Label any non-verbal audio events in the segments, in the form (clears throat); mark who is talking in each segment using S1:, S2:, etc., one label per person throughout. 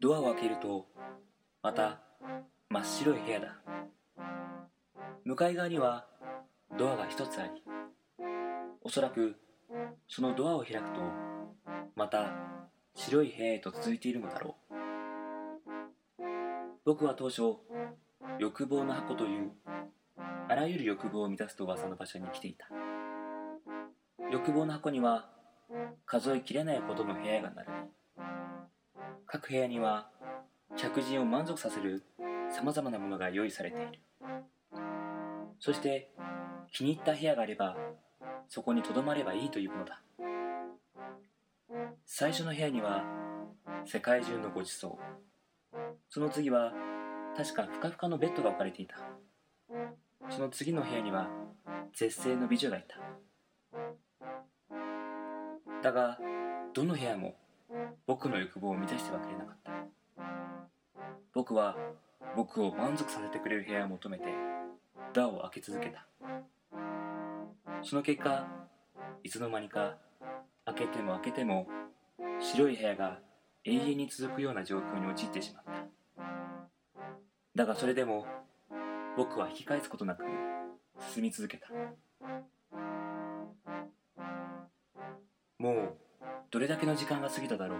S1: ドアを開けるとまた真っ白い部屋だ向かい側にはドアが一つありおそらくそのドアを開くとまた白い部屋へと続いているのだろう僕は当初欲望の箱というあらゆる欲望を満たすと噂の場所に来ていた欲望の箱には数えきれないほどの部屋が並び各部屋には客人を満足させるさまざまなものが用意されているそして気に入った部屋があればそこにとどまればいいというものだ最初の部屋には世界中のご馳走その次は確かふかふかのベッドが置かれていたその次の部屋には絶世の美女がいただがどの部屋も僕の欲望を満たしてはくれなかった僕は僕を満足させてくれる部屋を求めてドアを開け続けたその結果いつの間にか開けても開けても白い部屋が永遠に続くような状況に陥ってしまっただがそれでも僕は引き返すことなく進み続けたもうどれだけの時間が過ぎただろう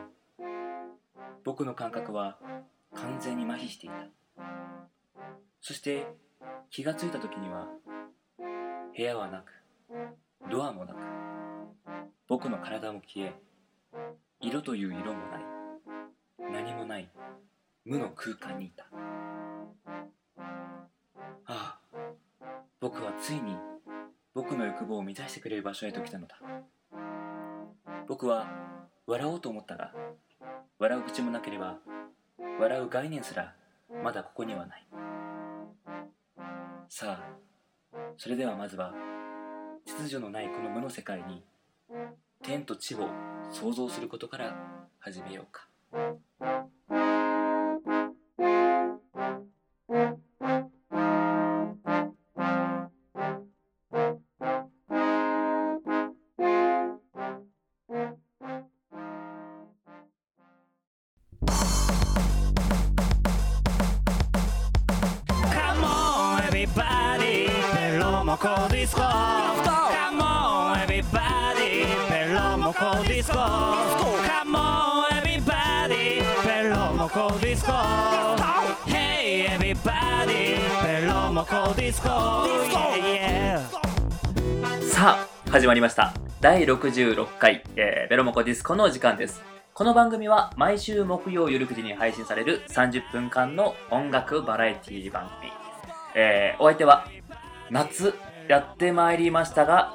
S1: 僕の感覚は完全に麻痺していたそして気がついた時には部屋はなくドアもなく僕の体も消え色という色もない何もない無の空間にいたああ僕はついに僕の欲望を満たしてくれる場所へと来たのだ僕は笑おうと思ったが笑う口もなければ笑う概念すらまだここにはないさあそれではまずは秩序のないこの無の世界に天と地を想像することから始めようかさあ始まりました第66回、えーベロモコディスコのお時間ですこの番組は毎週木曜夜9時に配信される30分間の音楽バラエティ番組、えーお相手は夏やってまいりましたが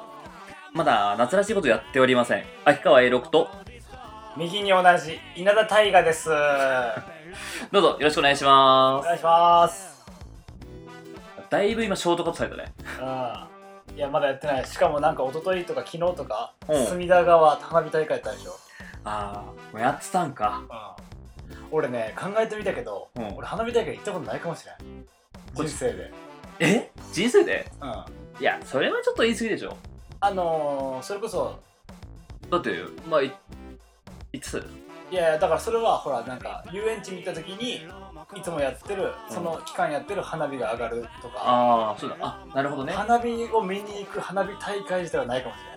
S1: まだ夏らしいことやっておりません秋川 A6 と
S2: 右に同じ稲田大我です。お
S1: どうぞよろしくお願いしま
S2: 願いします。
S1: すだいぶ今ショートカットされたね
S2: うん。いやまだやってない。しかもなんか一昨日とか昨日とか、
S1: うん
S2: 隅田川花火大会やったでしょ。
S1: ああもうやってたんか
S2: うん。俺ね考えてみたけど、
S1: うん
S2: 俺花火大会行ったことないかもしれない。
S1: こっ
S2: 人
S1: ち
S2: 生で。
S1: え人生で
S2: うん。
S1: いやそれはちょっと言い過ぎでしょ
S2: あのー、それこそ
S1: だってまあいいつ
S2: いやいやだからそれはほらなんか遊園地に行った時にいつもやってるその期間やってる花火が上がるとか、
S1: ああそうだあなるほどね
S2: 花火を見に行く花火大会自体はないかもし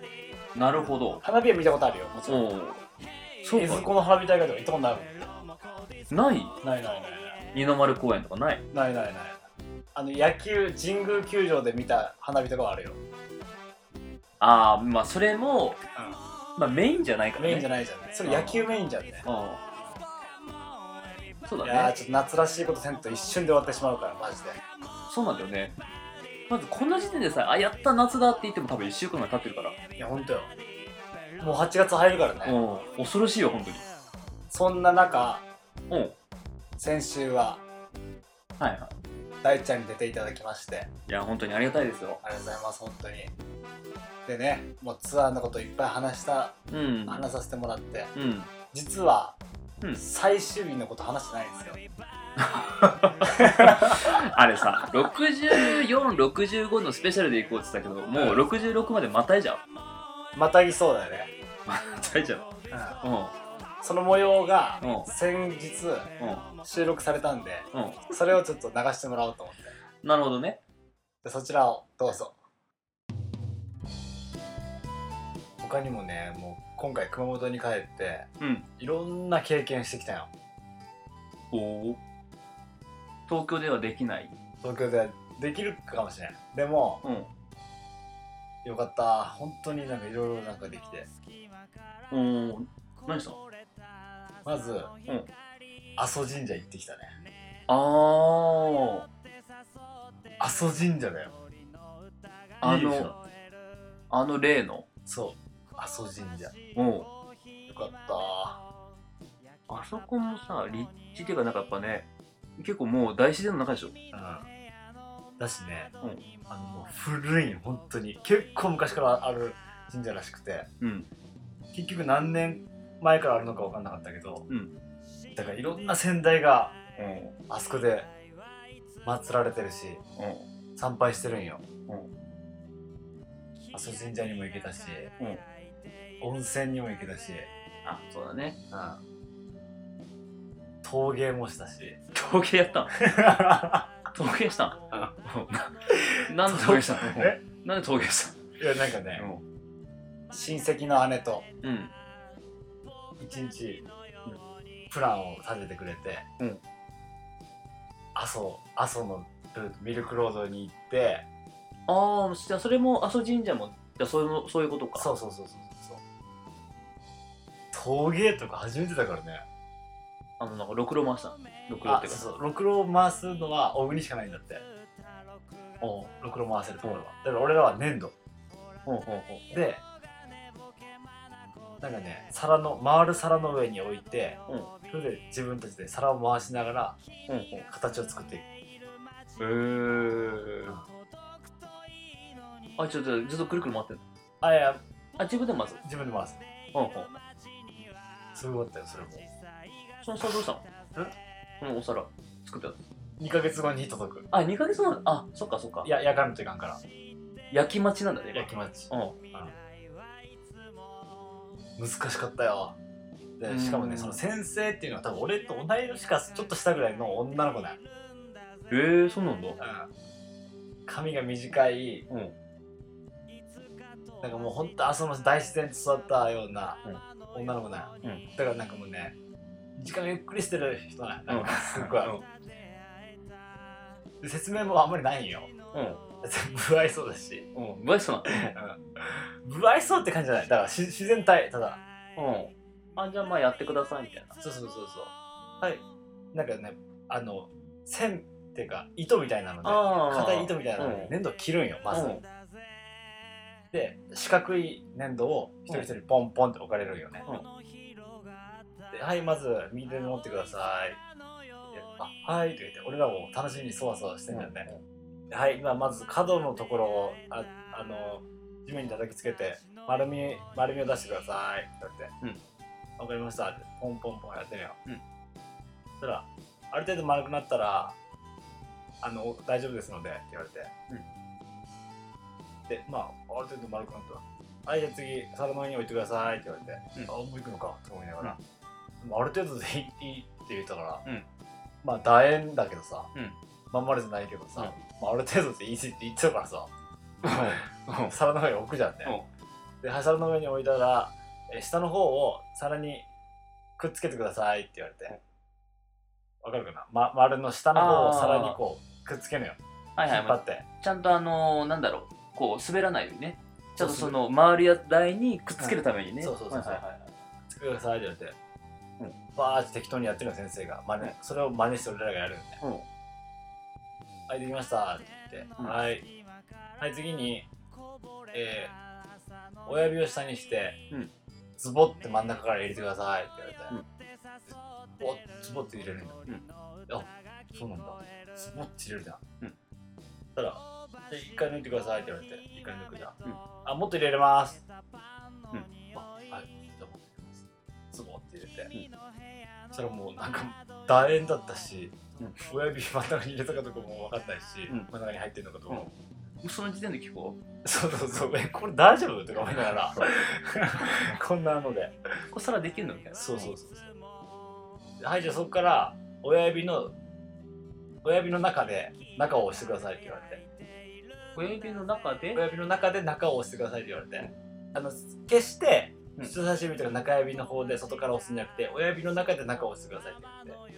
S2: れな
S1: な
S2: い。
S1: るほど
S2: 花火は見たことあるよもちろん。
S1: うんそ
S2: 江
S1: う
S2: 津
S1: か
S2: 湖の花火大会とか行ったことないもん。
S1: ない
S2: ないないない
S1: 二の丸公園とかない
S2: ないないないないあの野球神宮球場で見た花火とかはあるよ、
S1: ああまあそれもまあメインじゃないからね
S2: メインじゃ
S1: ない
S2: ないじゃんそれ野球メインじゃんね
S1: そう
S2: いや
S1: だ
S2: ー
S1: ね
S2: ちょっと夏らしいことせんと一瞬で終わってしまうからマジで
S1: そうなんだよねまずこの時点でさあやった夏だって言っても多分1週間が経ってるから
S2: いやほんとよもう8月入るからね、
S1: うん恐ろしいよ本当に
S2: そんな中
S1: うん
S2: 先週は
S1: はいはい
S2: 大ちゃんに出ていただきまして
S1: いや本当にありがたいですよ
S2: ありがとうございます本当にでねもうツアーのこといっぱい話した
S1: うん
S2: 話させてもらって
S1: うん
S2: 実は
S1: うん
S2: 最終日のこと話してないんですよ
S1: あれさ6465のスペシャルで行こうって言ってたけどもう66までまたいじゃん
S2: またぎそうだよね、
S1: またいじゃん
S2: うん
S1: うん
S2: その模様が
S1: うん
S2: 先日
S1: う
S2: 収録されたんで
S1: んうん
S2: それをちょっと流してもらおうと思って
S1: なるほどね
S2: でそちらをどうぞ他にもねもう今回熊本に帰って
S1: うん
S2: いろんな経験してきたよ
S1: おお東京ではできない
S2: 東京でできるかもしれないでも
S1: うん
S2: よかった本当になんかいろいろなんかできて
S1: おお何した
S2: まず、
S1: ん
S2: 阿蘇神社行ってきたね
S1: あ
S2: 阿蘇神社だよ
S1: ああ
S2: いいでし
S1: の
S2: ょ
S1: あの例の
S2: そう阿蘇神社
S1: うん
S2: よかった
S1: あそこもさ立地っていうかなんかやっぱね結構もう大自然の中でしょ
S2: うんだしね、
S1: うん
S2: あのもう古いの本当に結構昔からある神社らしくて
S1: うん
S2: 結局何年前からあるのか分かんなかったけど
S1: うん
S2: だからいろんな先代が
S1: うん
S2: あそこで祀られてるし
S1: う
S2: 参拝してるんよ、
S1: う
S2: 阿蘇神社にも行けたし
S1: んうん
S2: 温泉にも行けたし、
S1: あそうだね
S2: うん、陶芸もした
S1: (laughs)
S2: し
S1: 陶芸やったん陶芸したんななんで陶芸したん
S2: (laughs) え
S1: なんで陶芸したん
S2: いやなんかね、親戚の姉と
S1: うん
S2: 一日プランを立ててくれて、
S1: うん
S2: 阿蘇阿蘇のルートミルクロードに行って
S1: ああじゃあそれも阿蘇神社もじゃあそういうのそういうことか
S2: そうそうそうそうそう陶芸とか初めてだからね
S1: あのなんかろくろ回したろくろっ
S2: あ
S1: ていうか
S2: そうそうろくろを回すのは大国しかないんだっておうろくろ回せるところはだから俺らは粘土
S1: ほうほうほ
S2: でなんかね皿の回る皿の上に置いて、
S1: うん
S2: それで自分たちで皿を回しながら
S1: うほうほう
S2: 形を作っていく
S1: えー、あちょっとずっとくるくる回ってる
S2: あいや
S1: あ自分で回す
S2: 自分で回す
S1: ほうほう
S2: すごかったよそれも
S1: その皿どうしたのそのお皿作ったやつ
S2: 2ヶ月後に届く
S1: あ二2ヶ月後なんだあそっかそっか
S2: いや焼かんといかんか
S1: 焼き待ちなんだね
S2: ら
S1: 今
S2: 焼き待ち
S1: うん
S2: 難しかったよ
S1: う
S2: で
S1: ん
S2: しかもねその先生っていうのは多分俺と同い年かちょっと下ぐらいの女の子だよ、
S1: えー、そうなんだ
S2: うん、髪が短い
S1: うん
S2: なんかもうほんとあその大自然で育ったような女の子な、
S1: うん
S2: だからなんかもうね時間ゆっくりしてる人ななんかすごい、で説明もあんまりないんよ
S1: うん
S2: 不愛想だし、
S1: うんうんうまいっすな
S2: うん、不愛想って感じじゃないだからし自然体ただ
S1: うんあじゃあまあやってくださいみたいな
S2: そうそうそうそうはいなんかねあの線っていうか糸みたいなので
S1: あー
S2: 硬い糸みたいな
S1: う
S2: ので
S1: ん
S2: 粘土切るんよまず、
S1: うん
S2: で四角い粘土を一人一人ポンポンって置かれるんよね、
S1: うん
S2: ではいまず右手に持ってくださいであはいって言って俺らも楽しみにそわそわしてんだよね、ではい今まず角のところをああの地面に叩きつけて丸み丸みを出してくださいって言って、わかりましたってポンポンポンやってるよ、
S1: うん
S2: そしたらある程度丸くなったらあの大丈夫ですのでって言われて、でまあある程度丸くなったらはいじゃあ次皿の上に置いてくださいって言われて、
S1: うん
S2: あもう行くのかと思いながら、でもある程度でいいいいって言ったから、
S1: うん
S2: まあ楕円だけどさ、
S1: うん
S2: まん丸じゃないけど
S1: う
S2: さ、
S1: ん
S2: まあ、ある程度でいいって言ってたからさ
S1: うん
S2: 皿の上に置くじゃんね、で皿の上に置いたら、えー下の方を皿にくっつけてくださいって言われてわかるかな、ま、丸の下の方を皿にこうくっつけるのよ
S1: はい
S2: 引
S1: はい
S2: っ
S1: ま
S2: 張
S1: あ
S2: って
S1: ちゃんとあのー、なんだろうこう滑らないようにねちょっとその回るや台にくっつけるためにね
S2: そうそうそうそう
S1: はいはいはい
S2: つけてくださいって言われてバーって適当にやってるの先生が真似それを真似して俺らがやるんで
S1: うん
S2: はい、できましたって言って、
S1: うん
S2: はい。はい、次に、えー親指を下にして、
S1: うん
S2: ズボって真ん中から入れてくださいって言われて、おズボって入れるんだ。
S1: うん
S2: あ、そうなんだ。ズボって入れるじゃん。
S1: うん
S2: そしたら、で一回抜いてくださいって言われて、一回抜くじゃん。
S1: うん
S2: あ、もっと入れれます。
S1: うん
S2: あ、はい、じゃあもっと入れます。ズボって入れて、それもうなんか楕円だったし、親指真ん中に入れたかどうかも分かんないし、
S1: うん
S2: 真ん中に入ってるのかどうかも、
S1: うその時点で結構
S2: そうそうそうえこれ大丈夫とか思いながら (laughs) こんなので
S1: こさらできるのみたいな
S2: そうそうそうそうはいじゃあそこから親指の親指の中で中を押してくださいって言われて
S1: 親指の中で
S2: 親指の中で中を押してくださいって言われてあの決して
S1: うん
S2: 人差し指とか中指の方で外から押すんじゃなくて親指の中で中を押してくださいって言われて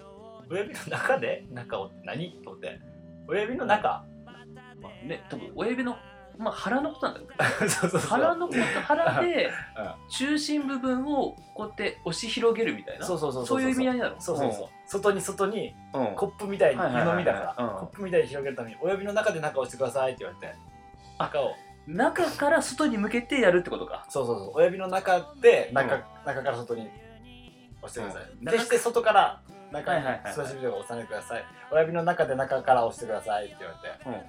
S2: 親指の中で中をって何と思って親指の中
S1: まあね多分親指のまあ腹のことなんだろうけど
S2: (laughs) そう (laughs) そうそう
S1: 腹のこと腹で
S2: (laughs) うん
S1: 中心部分をこうやって押し広げるみたいな
S2: そうそうそう
S1: そういう意味合いなの
S2: そうそうそう、外に外に
S1: うん、うん
S2: コップみたいに
S1: はいはいは
S2: 湯
S1: い
S2: 飲
S1: はい
S2: みだから、
S1: うん
S2: コップみたいに広げるために親指の中で中を押してくださいって言われて中を
S1: 中から外に向けてやるってことか
S2: そうそうそう親指の中で中,、
S1: うん
S2: 中から外に押してください、
S1: うん
S2: 決して外から中
S1: はいはいはいはい
S2: に人差し指とか押さないでください親指の中で中から押してくださいって言われ
S1: う
S2: て
S1: ん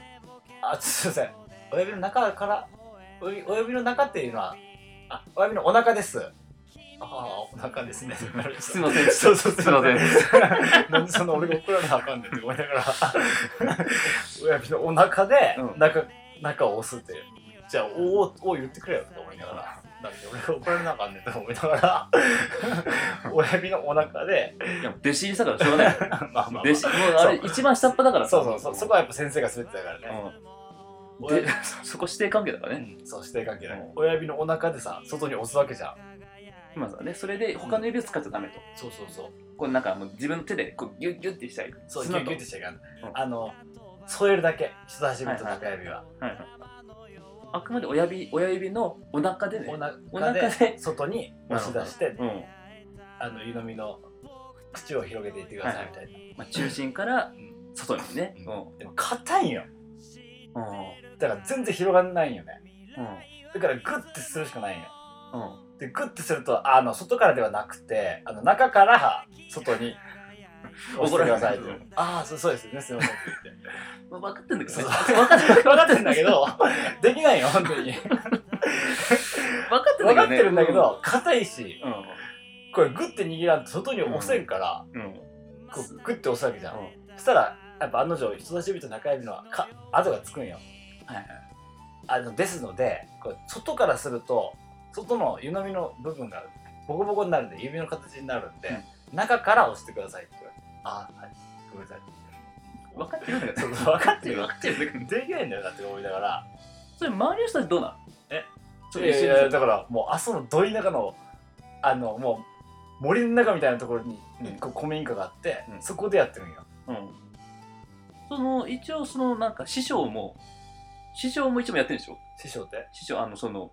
S2: あすいません親指の中から親指親指の中っていうのはあ親指のお腹ですああお腹で
S1: (laughs)
S2: すね
S1: すいません
S2: そうそう
S1: すいません
S2: ん。 (laughs) なんでそんな俺が怒らなあかんねんって思いながら、親指のお腹で
S1: うん
S2: 中、中を押すっていう。じゃあ、おーおー言ってくれよって思いながら、なんで俺が怒らなあかんねんって思いなが
S1: (laughs)
S2: ら、親指のお腹で、
S1: いや弟子入りしたからしょうがないよ
S2: (laughs) まあまあまあ
S1: 弟子もうあれ
S2: そ
S1: 一番下っ端だから
S2: そうそうそう、そこはやっぱ先生が滑ってたからね。
S1: うん
S2: 親
S1: で
S2: 指
S1: (laughs) そこ指定関係だからね、
S2: そう、指定関係な
S1: う
S2: い
S1: ん。
S2: 親指のお腹でさ、外に押すわけじゃん。
S1: 今さねそれで他の指を使っちゃダメと、
S2: そうそうそう。
S1: これなんかもう自分の手でこうギュッギュッてしたい
S2: そう、
S1: そ
S2: ギ
S1: の
S2: ュ
S1: 後
S2: ッギュッてしちゃいかん。
S1: ん
S2: あの、添えるだけ、人差し指と中指は。
S1: はいはいあくまで親指親指のお腹でね
S2: お
S1: お腹
S2: 腹で
S1: で
S2: 外に押し出して
S1: うん
S2: あの湯飲みの口を広げていってくださいみたいな、
S1: まあ、中心から外にね、
S2: う
S1: うんん
S2: でも硬いんよ
S1: うん
S2: だから全然広がんないんよね
S1: うん
S2: だからグッてするしかないんよ
S1: うん
S2: でグッてするとあの外からではなくてあの中から外に押してくださいって
S1: 怒られる
S2: ああそうそうですよねすいませんって
S1: (laughs)
S2: 言って
S1: まあ、分かってんだけどね
S2: そ
S1: (laughs)
S2: う
S1: 分かって
S2: 分かってるんだけどできないよ本当に
S1: (laughs) 分かって
S2: 分かってる
S1: ん
S2: ん
S1: だ
S2: だ
S1: け
S2: け
S1: ど
S2: ど硬いし
S1: うん
S2: これグッて握らんと外に押せんから、
S1: うんうん
S2: こうグッて押すわけじゃんそしたらやっぱ案の定人差し指と中指のか跡がつくんよ
S1: はいはい
S2: あのですのでこれ外からすると外の湯飲みの部分がボコボコになるんで指の形になるんで、中から押してくださいって言われてああはいごめんなさい
S1: 分かってるんだけど
S2: そうそう分かってる
S1: (laughs) 分かってるんだけど
S2: できないんだよなって思いながら
S1: それ周りの人はどうなの
S2: え
S1: そ
S2: い
S1: れ
S2: や
S1: 一
S2: い
S1: 緒
S2: や
S1: に
S2: だからもうあそこのどい中のあのもう森の中みたいなところに
S1: うん
S2: 一個古民家があって、
S1: うん
S2: そこでやってるんよ
S1: うんその一応そのなんか師匠も師匠も一応やってるでしょ
S2: 師匠って
S1: 師匠あのその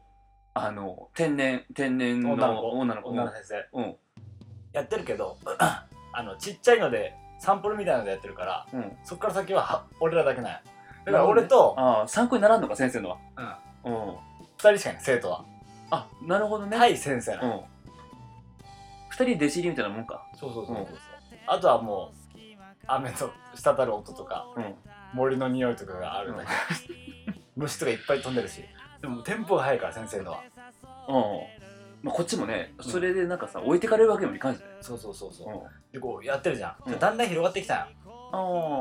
S1: あの天然天然の
S2: 女の子
S1: 女の子
S2: 女の先生
S1: うん
S2: やってるけど (clears throat) あのちっちゃいのでサンプルみたいなのでやってるから
S1: うん
S2: そっから先はは俺らだけないだから俺と
S1: ああ参考にならんのか先生のは
S2: うん
S1: うん
S2: 2人しかいない生徒は
S1: あなるほどね
S2: 対先生な
S1: う
S2: の
S1: ん二人弟子入りみたいなもんか
S2: そうそう
S1: そうそう
S2: あとはもう雨の滴る音とか
S1: うん
S2: 森の匂いとかがあるんだけど (laughs) 虫とかいっぱい飛んでるしでもテンポが速いから先生のは
S1: うんまあ、こっちもねそれでなんかさ置いてかれるわけにもいかんじゃない
S2: そうそうそうそう
S1: うん
S2: でこうやってるじゃん、
S1: うん
S2: だんだん広がってきたよ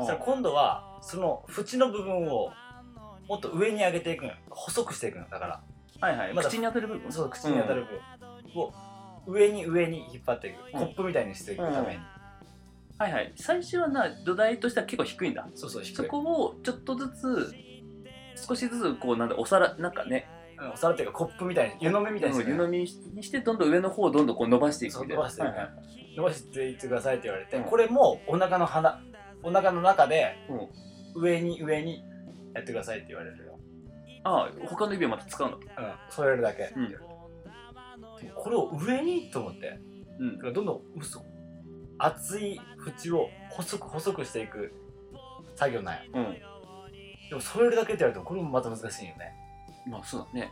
S2: そしたら
S1: あ
S2: 今度はその縁の部分をもっと上に上げていくのよ細くしていくのだから
S1: あはいはい、
S2: まだ
S1: 口に当たる部分
S2: そう口に当たる分を上に上に引っ張っていく、コップみたいにしていくために、
S1: はいはい最初はな土台としては結構低いんだ
S2: そうそう低い
S1: そこをちょっとずつ少しずつこうなんだお皿なんかね
S2: うんお皿っていうかコップみたいに湯飲みみたいにして
S1: 湯飲みにしてどんどん上の方をどんどんこう伸ばしていくみたいな
S2: そう伸ばしていく
S1: はいはい
S2: 伸ばしていってくださいって言われて、
S1: うん
S2: これもお腹の鼻お腹の中で
S1: うん
S2: 上に上にやってくださいって言われるよ、
S1: ああ他の指をまた使うの
S2: うん、添えるだけ、
S1: うん
S2: でもこれを上にと思ってだ
S1: うん
S2: からどんどん嘘厚い縁を細く細くしていく作業なんや
S1: うん
S2: でも添えるだけって言われてもこれもまた難しいよね、
S1: まあそうだね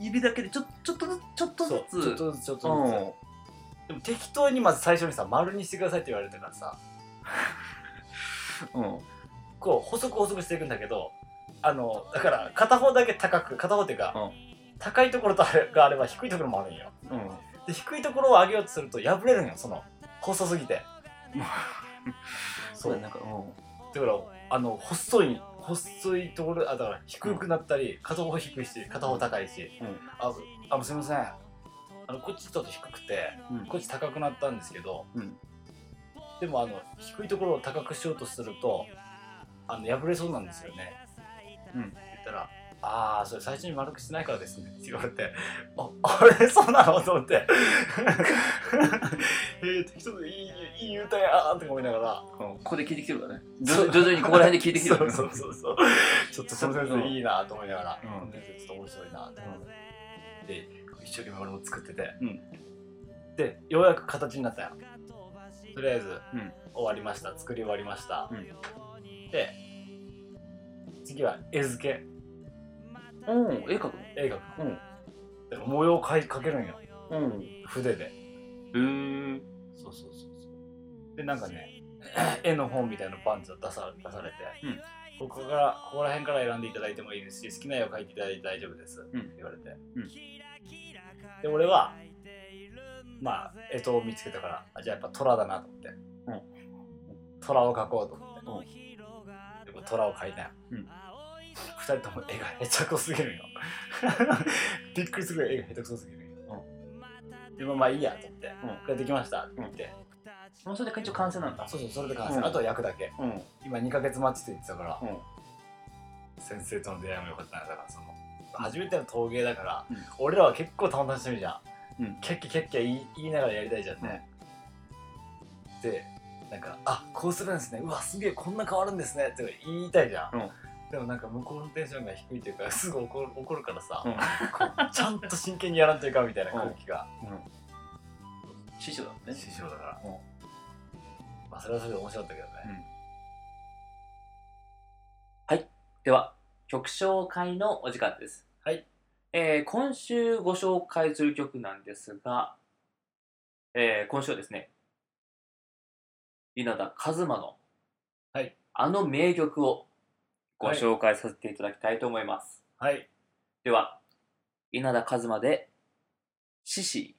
S2: うん、
S1: 指だけでちょちょっとずつちょっとず
S2: そう
S1: つ
S2: ちょっとずつちょっとずつ、
S1: うん
S2: でも適当にまず最初にさ丸にしてくださいって言われたからさ
S1: うん
S2: こう細く細くしていくんだけどあのだから片方だけ高く片方っていうか、
S1: うん
S2: 高いところとあれがあれば低いところもあるんよ
S1: うん (laughs)
S2: で低いところを上げようとすると破れるんよその細すぎて
S1: そうだねなんかうん
S2: だからあの細い細いところあだから低くなったり、片方低いし片方高いし、
S1: うん
S2: ああのすみませんあのこっちちょっと低くて、
S1: うん
S2: こっち高くなったんですけど、
S1: うん
S2: でもあの低いところを高くしようとするとあの破れそうなんですよね、
S1: うん
S2: って言ったら「ああそれ最初に丸くしてないからですね」って言われて (laughs) 「ああれ (laughs) そうなの?」と思って「えー、適当でいいいい言うたやん」とか思いながら
S1: ここで聞いてきてるからね
S2: そ
S1: 徐
S2: う
S1: 々徐々にここら辺で聞いてきてるか
S2: そう
S1: ら
S2: そうそ
S1: (laughs)
S2: うそうちょっとその先生いいなと思いながら、
S1: うん
S2: 先生ちょっと面白いなと思って、で一生懸命俺も作ってて、
S1: うん
S2: でようやく形になったよとりあえず、
S1: うん
S2: 終わりました作り終わりました、
S1: うん
S2: で次は絵付け
S1: うん絵描く
S2: 絵が
S1: うん
S2: で模様を描い描けるんよ
S1: うん
S2: 筆で
S1: うーん
S2: そうそうそうそうでなんかね絵の本みたいなパンツを出さ出されて、ここからここら辺から選んでいただいてもいいですし好きな絵を描いていただいて大丈夫です、
S1: うん
S2: って言われて、
S1: うん
S2: で俺はまあ絵とを見つけたからあじゃあやっぱ虎だなと思って、虎を描こうと思って、でも虎を描いたよ、
S1: うん
S2: 2人とも絵が下手くそすぎ
S1: (laughs)
S2: るよびっくりするぐらい絵が下手くそすぎるよ、でもまあいいやと思って、
S1: うん
S2: これできましたって言って、
S1: もうそれが一応完成なんだ
S2: そうそうそれで完成、
S1: うん
S2: あとは焼くだけ
S1: うん
S2: 今2ヶ月待ちって言ってたから、
S1: うん
S2: 先生との出会いも良かったなだからその初めての陶芸だから、
S1: うん
S2: 俺らは結構楽しみじゃん、
S1: うん
S2: キャッキャキャッキャ言い言いながらやりたいじゃんね
S1: ね、
S2: でなんか「あこうするんですねうわすげえこんな変わるんですね」って言いたいじゃん、
S1: うん
S2: でもなんか向こうのテンションが低いというかすぐ怒る怒るからさ、
S1: うん
S2: こうちゃんと真剣にやらんといかんみたいな空気が、
S1: 師匠だもんね
S2: 師匠だから、
S1: うん
S2: まあそれはそれで面白かったけどね、
S1: では曲紹介のお時間です
S2: はい、
S1: えー今週ご紹介する曲なんですが、えー今週はですね稲田和真の、
S2: はい
S1: あの名曲をご紹介させていただきたいと思います、
S2: はい
S1: では稲田和真で「獅子」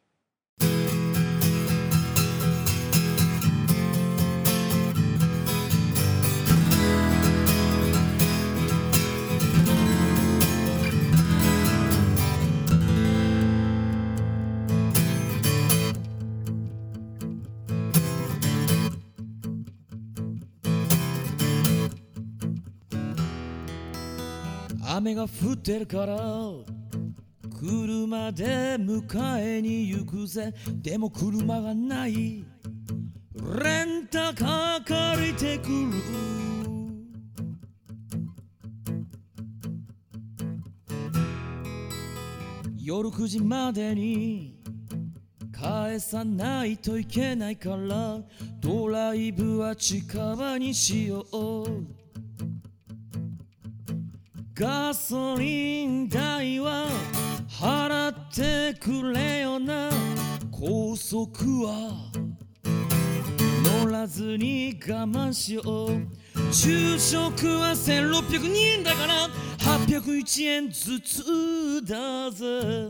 S3: 雨が降ってるから車で迎えに行くぜでも車がないレンタカー借りてくる夜9時までに返さないといけないからドライブは近場にしようガソリン代は払ってくれよな高速は乗らずに我慢しよう昼食は1602円だから801円ずつだぜ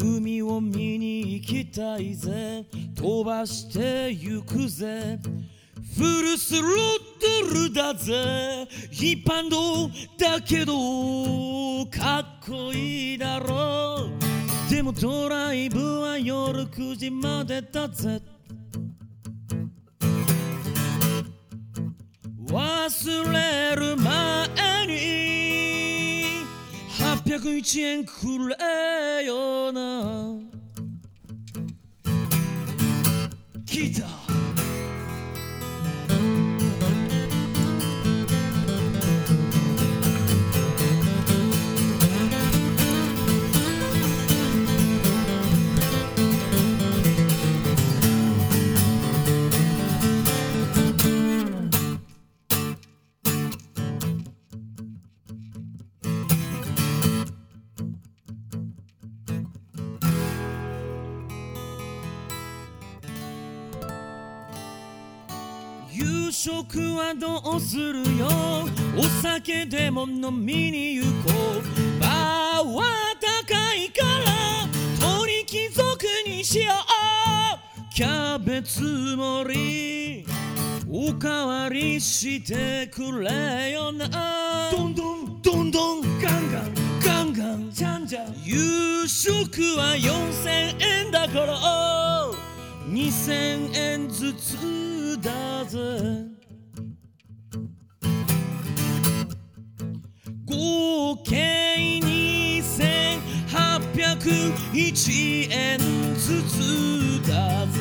S3: 海を見に行きたいぜ飛ばしてゆくぜフルスロットルだぜ一般道だけどかっこいいだろうでもドライブは夜9時までだぜ忘れる前に801円くれよなギター夕食はどうするよお酒でも飲みに行こうバーはいから鳥貴族にしようキャベツ盛りおかわりしてくれよなどんどんどんどんガンガンガンガンじゃんじゃん夕食は4000円だから2000円ずつだぜ合計2801円ずつだぜ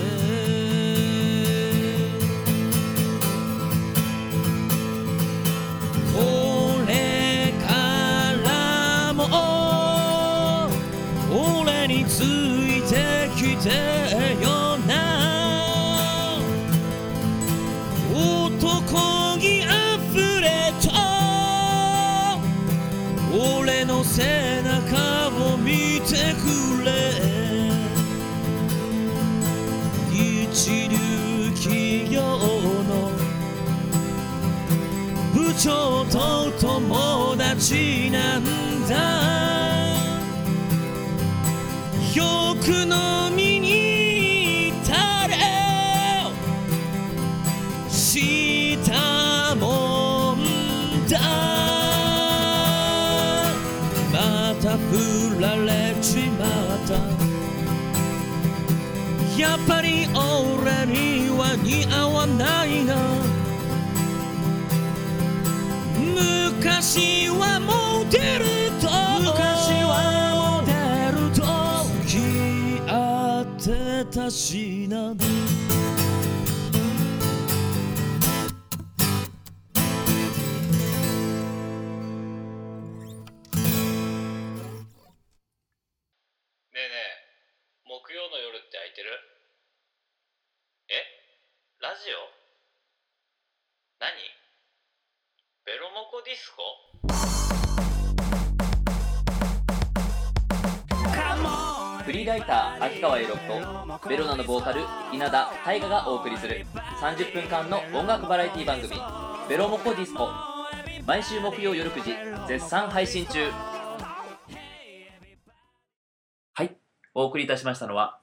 S3: これからも俺についてきてよな男気あふれた俺の背中を見てくれ一流企業の部長と友達なんだよく飲みに行ったれしたもんだまた振られちまったやっぱり俺には似合わないな昔はモデルと昔はモデルと付き合ってたしな
S4: ねえねえ木曜の夜って空いてるえラジオ何ベロモコディスコ
S1: フリーライター秋川栄六とベロナのボーカル稲田大我がお送りする30分間の音楽バラエティ番組「ベロモコディスコ」毎週木曜夜9時絶賛配信中はいお送りいたしましたのは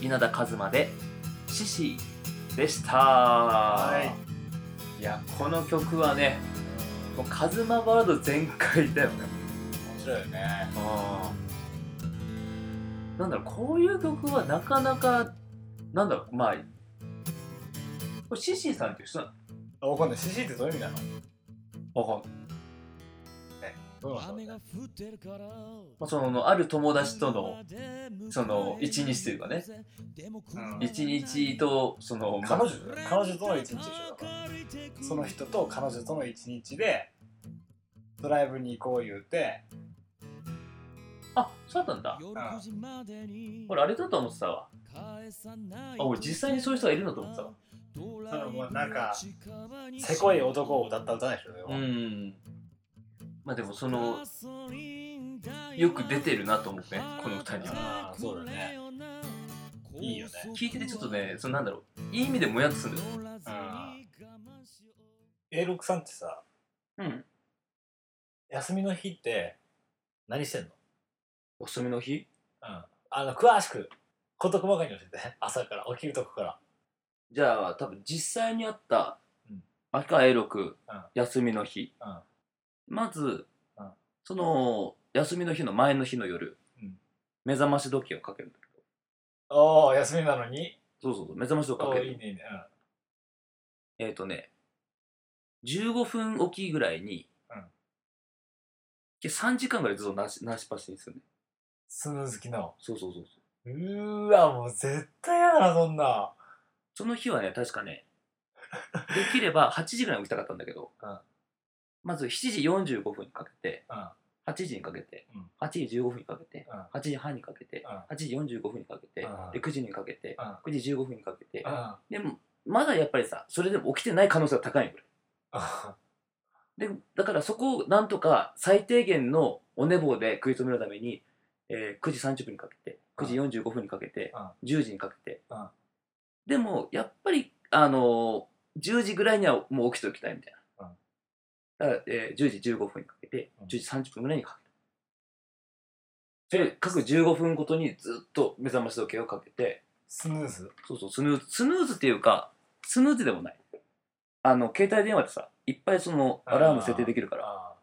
S1: 稲田和馬で「シシ」でした、い、やこの曲はねもうカズマワード全開だよね
S2: 面白いよね
S1: なんだろうこういう曲はなかなかなんだろうまあこれシシーさんって人な
S2: あわかんない CC ってどういう意味なの
S1: のわかんない
S2: どうなの
S3: 雨が降ってるから
S1: まあそのある友達との
S3: の
S1: その一日というかね
S2: うん
S1: 一日とその、まあ
S2: 彼女彼女との一日でしょだからその人と彼女との一日でドライブに行こう言うて
S1: あそうだったんだ
S3: 夜9時までに
S1: 俺あれだと思ってたわ
S3: 返さない
S1: あ俺実際にそういう人がいるのと思ってたわ
S2: あもうなんかせこい男を歌った歌でしょ要は
S1: うんまあでもそのよく出てるなと思うねこの歌には
S2: ああそうだねいいよね
S1: 聞いててちょっとねそのなんだろういい意味でもやっとするんだよ
S2: あ A6 さんってさ
S1: うん
S2: 休みの日って何してんの
S1: おすすめの日
S2: うんあの詳しく事細かに教えて (laughs) 朝から起きるとこから
S1: じゃあ多分実際にあった
S2: うん
S1: 秋川栄六
S2: うん
S1: 休みの日、
S2: うん
S1: まず、
S2: うん
S1: その休みの日の前の日の夜、
S2: うん
S1: 目覚まし時計をかけるんだけ
S2: おお休みなのに
S1: どそうそうそう目覚まし時計
S2: お
S1: を
S2: お
S1: か
S2: ー
S1: け
S2: いい
S1: る
S2: ねいいね
S1: えっ、とね15分おきぐらいに、
S2: うん
S1: 3時間ぐらいずっとなしなしっぱしにするね
S2: スヌーズ機能
S1: そうそうそうそう
S2: うーわもう絶対やだなそんな
S1: その日はね確か
S2: (laughs)
S1: ねできれば8時ぐらいに起きたかったんだけど、
S2: うん
S1: まず7時45分にかけて、
S2: うん
S1: 8時にかけて、
S2: うん
S1: 8時15分にかけて、
S2: うん
S1: 8時半にかけて、
S2: う
S1: 8時45分にかけて、
S2: うん
S1: で9時にかけて、
S2: うん
S1: 9時15分にかけて、
S2: うん
S1: でもまだやっぱりさそれでも起きてない可能性が高いのよでだからそこをなんとか最低限のお寝坊で食い止めるために、えー9時30分にかけて9時45分にかけて、10時にかけて、
S2: うん
S1: でもやっぱりあのー10時ぐらいにはもう起きておきたいみたいな、だから、えー10時15分にかけて
S2: うん
S1: 10時30分ぐらいにかけるそれ各15分ごとにずっと目覚まし時計をかけて
S2: (laughs) スヌーズ
S1: そうそうスヌーズスヌーズっていうかスヌーズでもないあの携帯電話ってさいっぱいそのアラーム設定できるから
S2: あ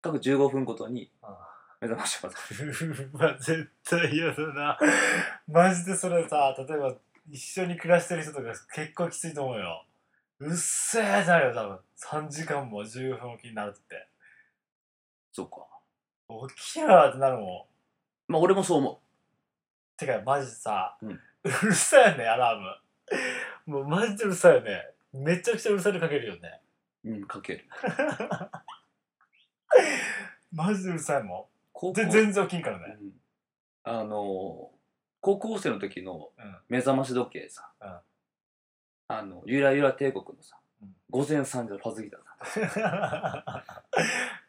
S1: 各15分ごとに
S2: ーあ
S1: 目覚ましを
S2: (laughs)
S1: かけて
S2: ーうわ絶対嫌だなマジでそれさ例えば一緒に暮らしてる人とか結構きついと思うようっせえじゃないよ多分3時間も15分おきになるって
S1: そうか
S2: 起きろよってなるもん
S1: まあ俺もそう思
S2: てかマジさ、
S1: うん
S2: るさいよねアラームもうマジでうるさいよねめちゃくちゃうるさいのかけるよね
S1: ううんかける
S2: マジでうるさいも
S1: 高
S2: んで全然起きんからね
S1: うんあのー高校生の時の
S2: うん
S1: 目覚まし時計さ、
S2: うん
S1: あのゆらゆら帝国のさ、
S2: うん
S1: 午前3時のパズギターさ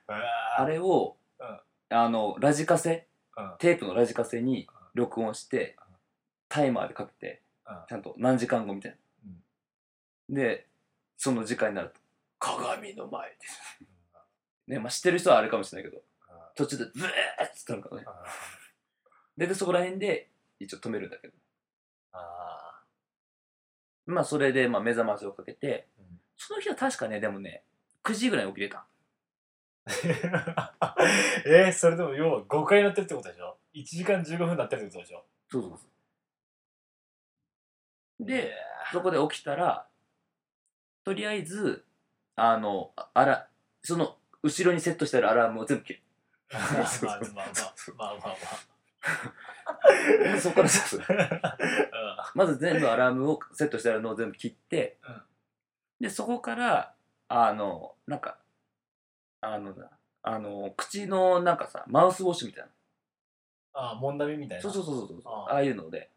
S2: うわー
S1: あれを、
S2: うん
S1: あのラジカセ、
S2: うん
S1: テープのラジカセに録音して、タイマーでかけて、
S2: うん
S1: ちゃんと何時間後みたいな、でその時間になると「鏡の前で」ねまあ、知ってる人はあれかもしれないけど途中でブーッつったのかね
S2: あ
S1: ででそこら辺で一応止めるんだけど
S2: あ
S1: まあそれでまあ目覚ましをかけて、
S2: うん
S1: その日は確かねでもね9時ぐらいに起きれた
S2: ーえー、それでも要は5回なってるってことでしょ1時間15分なってるってことでしょ
S1: そうそうそうでそこで起きたらとりあえずあのああらその後ろにセットしてあるアラームを全部切る
S2: まあ
S1: そう
S2: まあ
S1: そう
S2: まあまあまあまあ
S1: で (laughs) そこからそうそう
S2: まあうん
S1: まず全部アラームをセットしてあるのを全部切って、
S2: うん
S1: でそこからあのなんかあのなあの口のなんかさマウスウォッシュみたいな
S2: ああもんだみみたいな
S1: そうそうそうそうそう
S2: あ
S1: あ
S2: あ
S1: あいうので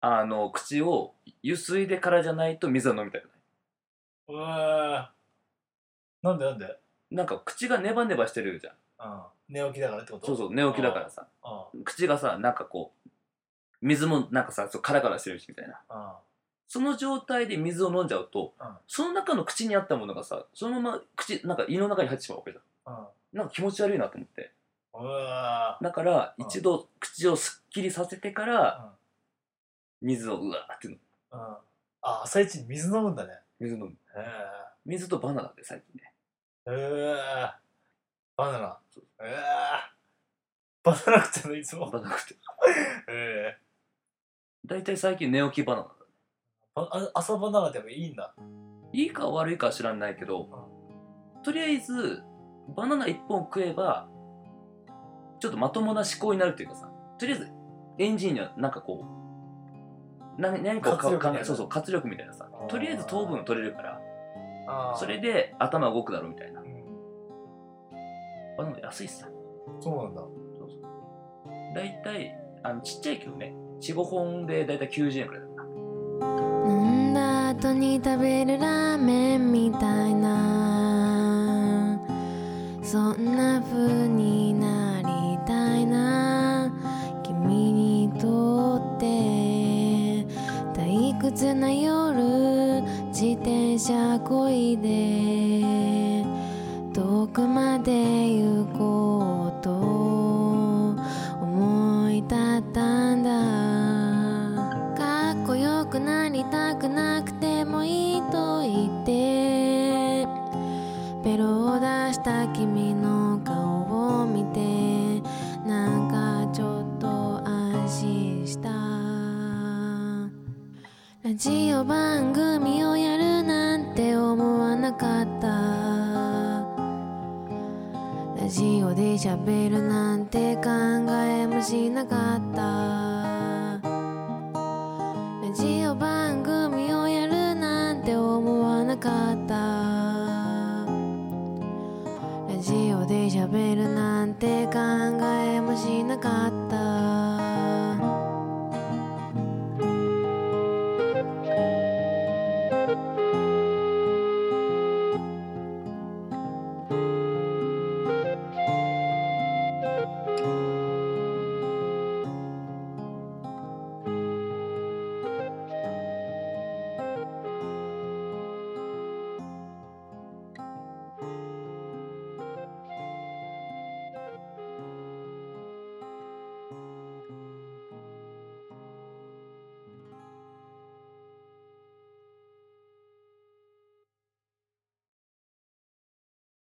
S1: あの口をゆすいでからじゃないと水は飲みたくないう
S2: わーなんでなんで
S1: なんか口がネバネバしてるじゃん
S2: うん寝起きだからってこと
S1: そうそう寝起きだからさ
S2: うん
S1: 口がさなんかこう水もなんかさそうカラカラしてるしみたいな
S2: うん
S1: その状態で水を飲んじゃうと、
S2: うん
S1: その中の口にあったものがさそのまま口なんか胃の中に入ってしまうわけじゃ
S2: うん
S1: んなんか気持ち悪いなと思って
S2: うわ
S1: だから
S2: うん
S1: 一度口をすっきりさせてから、水をうわーって飲む
S2: ーうんああ朝一に水飲むんだね
S1: 水飲む
S2: へ
S1: 水とバナナで最近ね
S2: えへえバナナへえバナナ食ってんのいつ
S1: バ
S2: も
S1: ナナ食って
S2: へえ
S1: 大体最近寝起きバナナ
S2: ばあ朝バナナってやっぱいいんだ
S1: いいか悪いかは知らないけど、とりあえずバナナ1本食えばちょっとまともな思考になるというかさとりあえずエンジンにはなんかこうな何かを
S2: 活力みたい
S1: 考え
S2: な
S1: そうそう活力みたいなさ
S2: あー
S1: とりあえず糖分を取れるから
S2: あー
S1: それで頭動くだろうみたいな
S2: うん
S1: バナナ安いっすさ
S2: そうなんだ
S1: 大体あのちっちゃいけどね45本で大体90円くらいだな
S5: 飲んだ後に食べるラーメンみたいなそんな風になりたいな君にとって退屈な夜自転車こいで遠くまで行こうと思い立ったんだかっこよくなりたくなくてもいいと言ってベロを出した君の顔を見てなんかちょっと安心したラジオ番組をやるなんて思わなかったラジオで喋るなんて考えもしなかったラジオ番組をやるなんて思わなかったラジオで喋るなんて考えもしなかった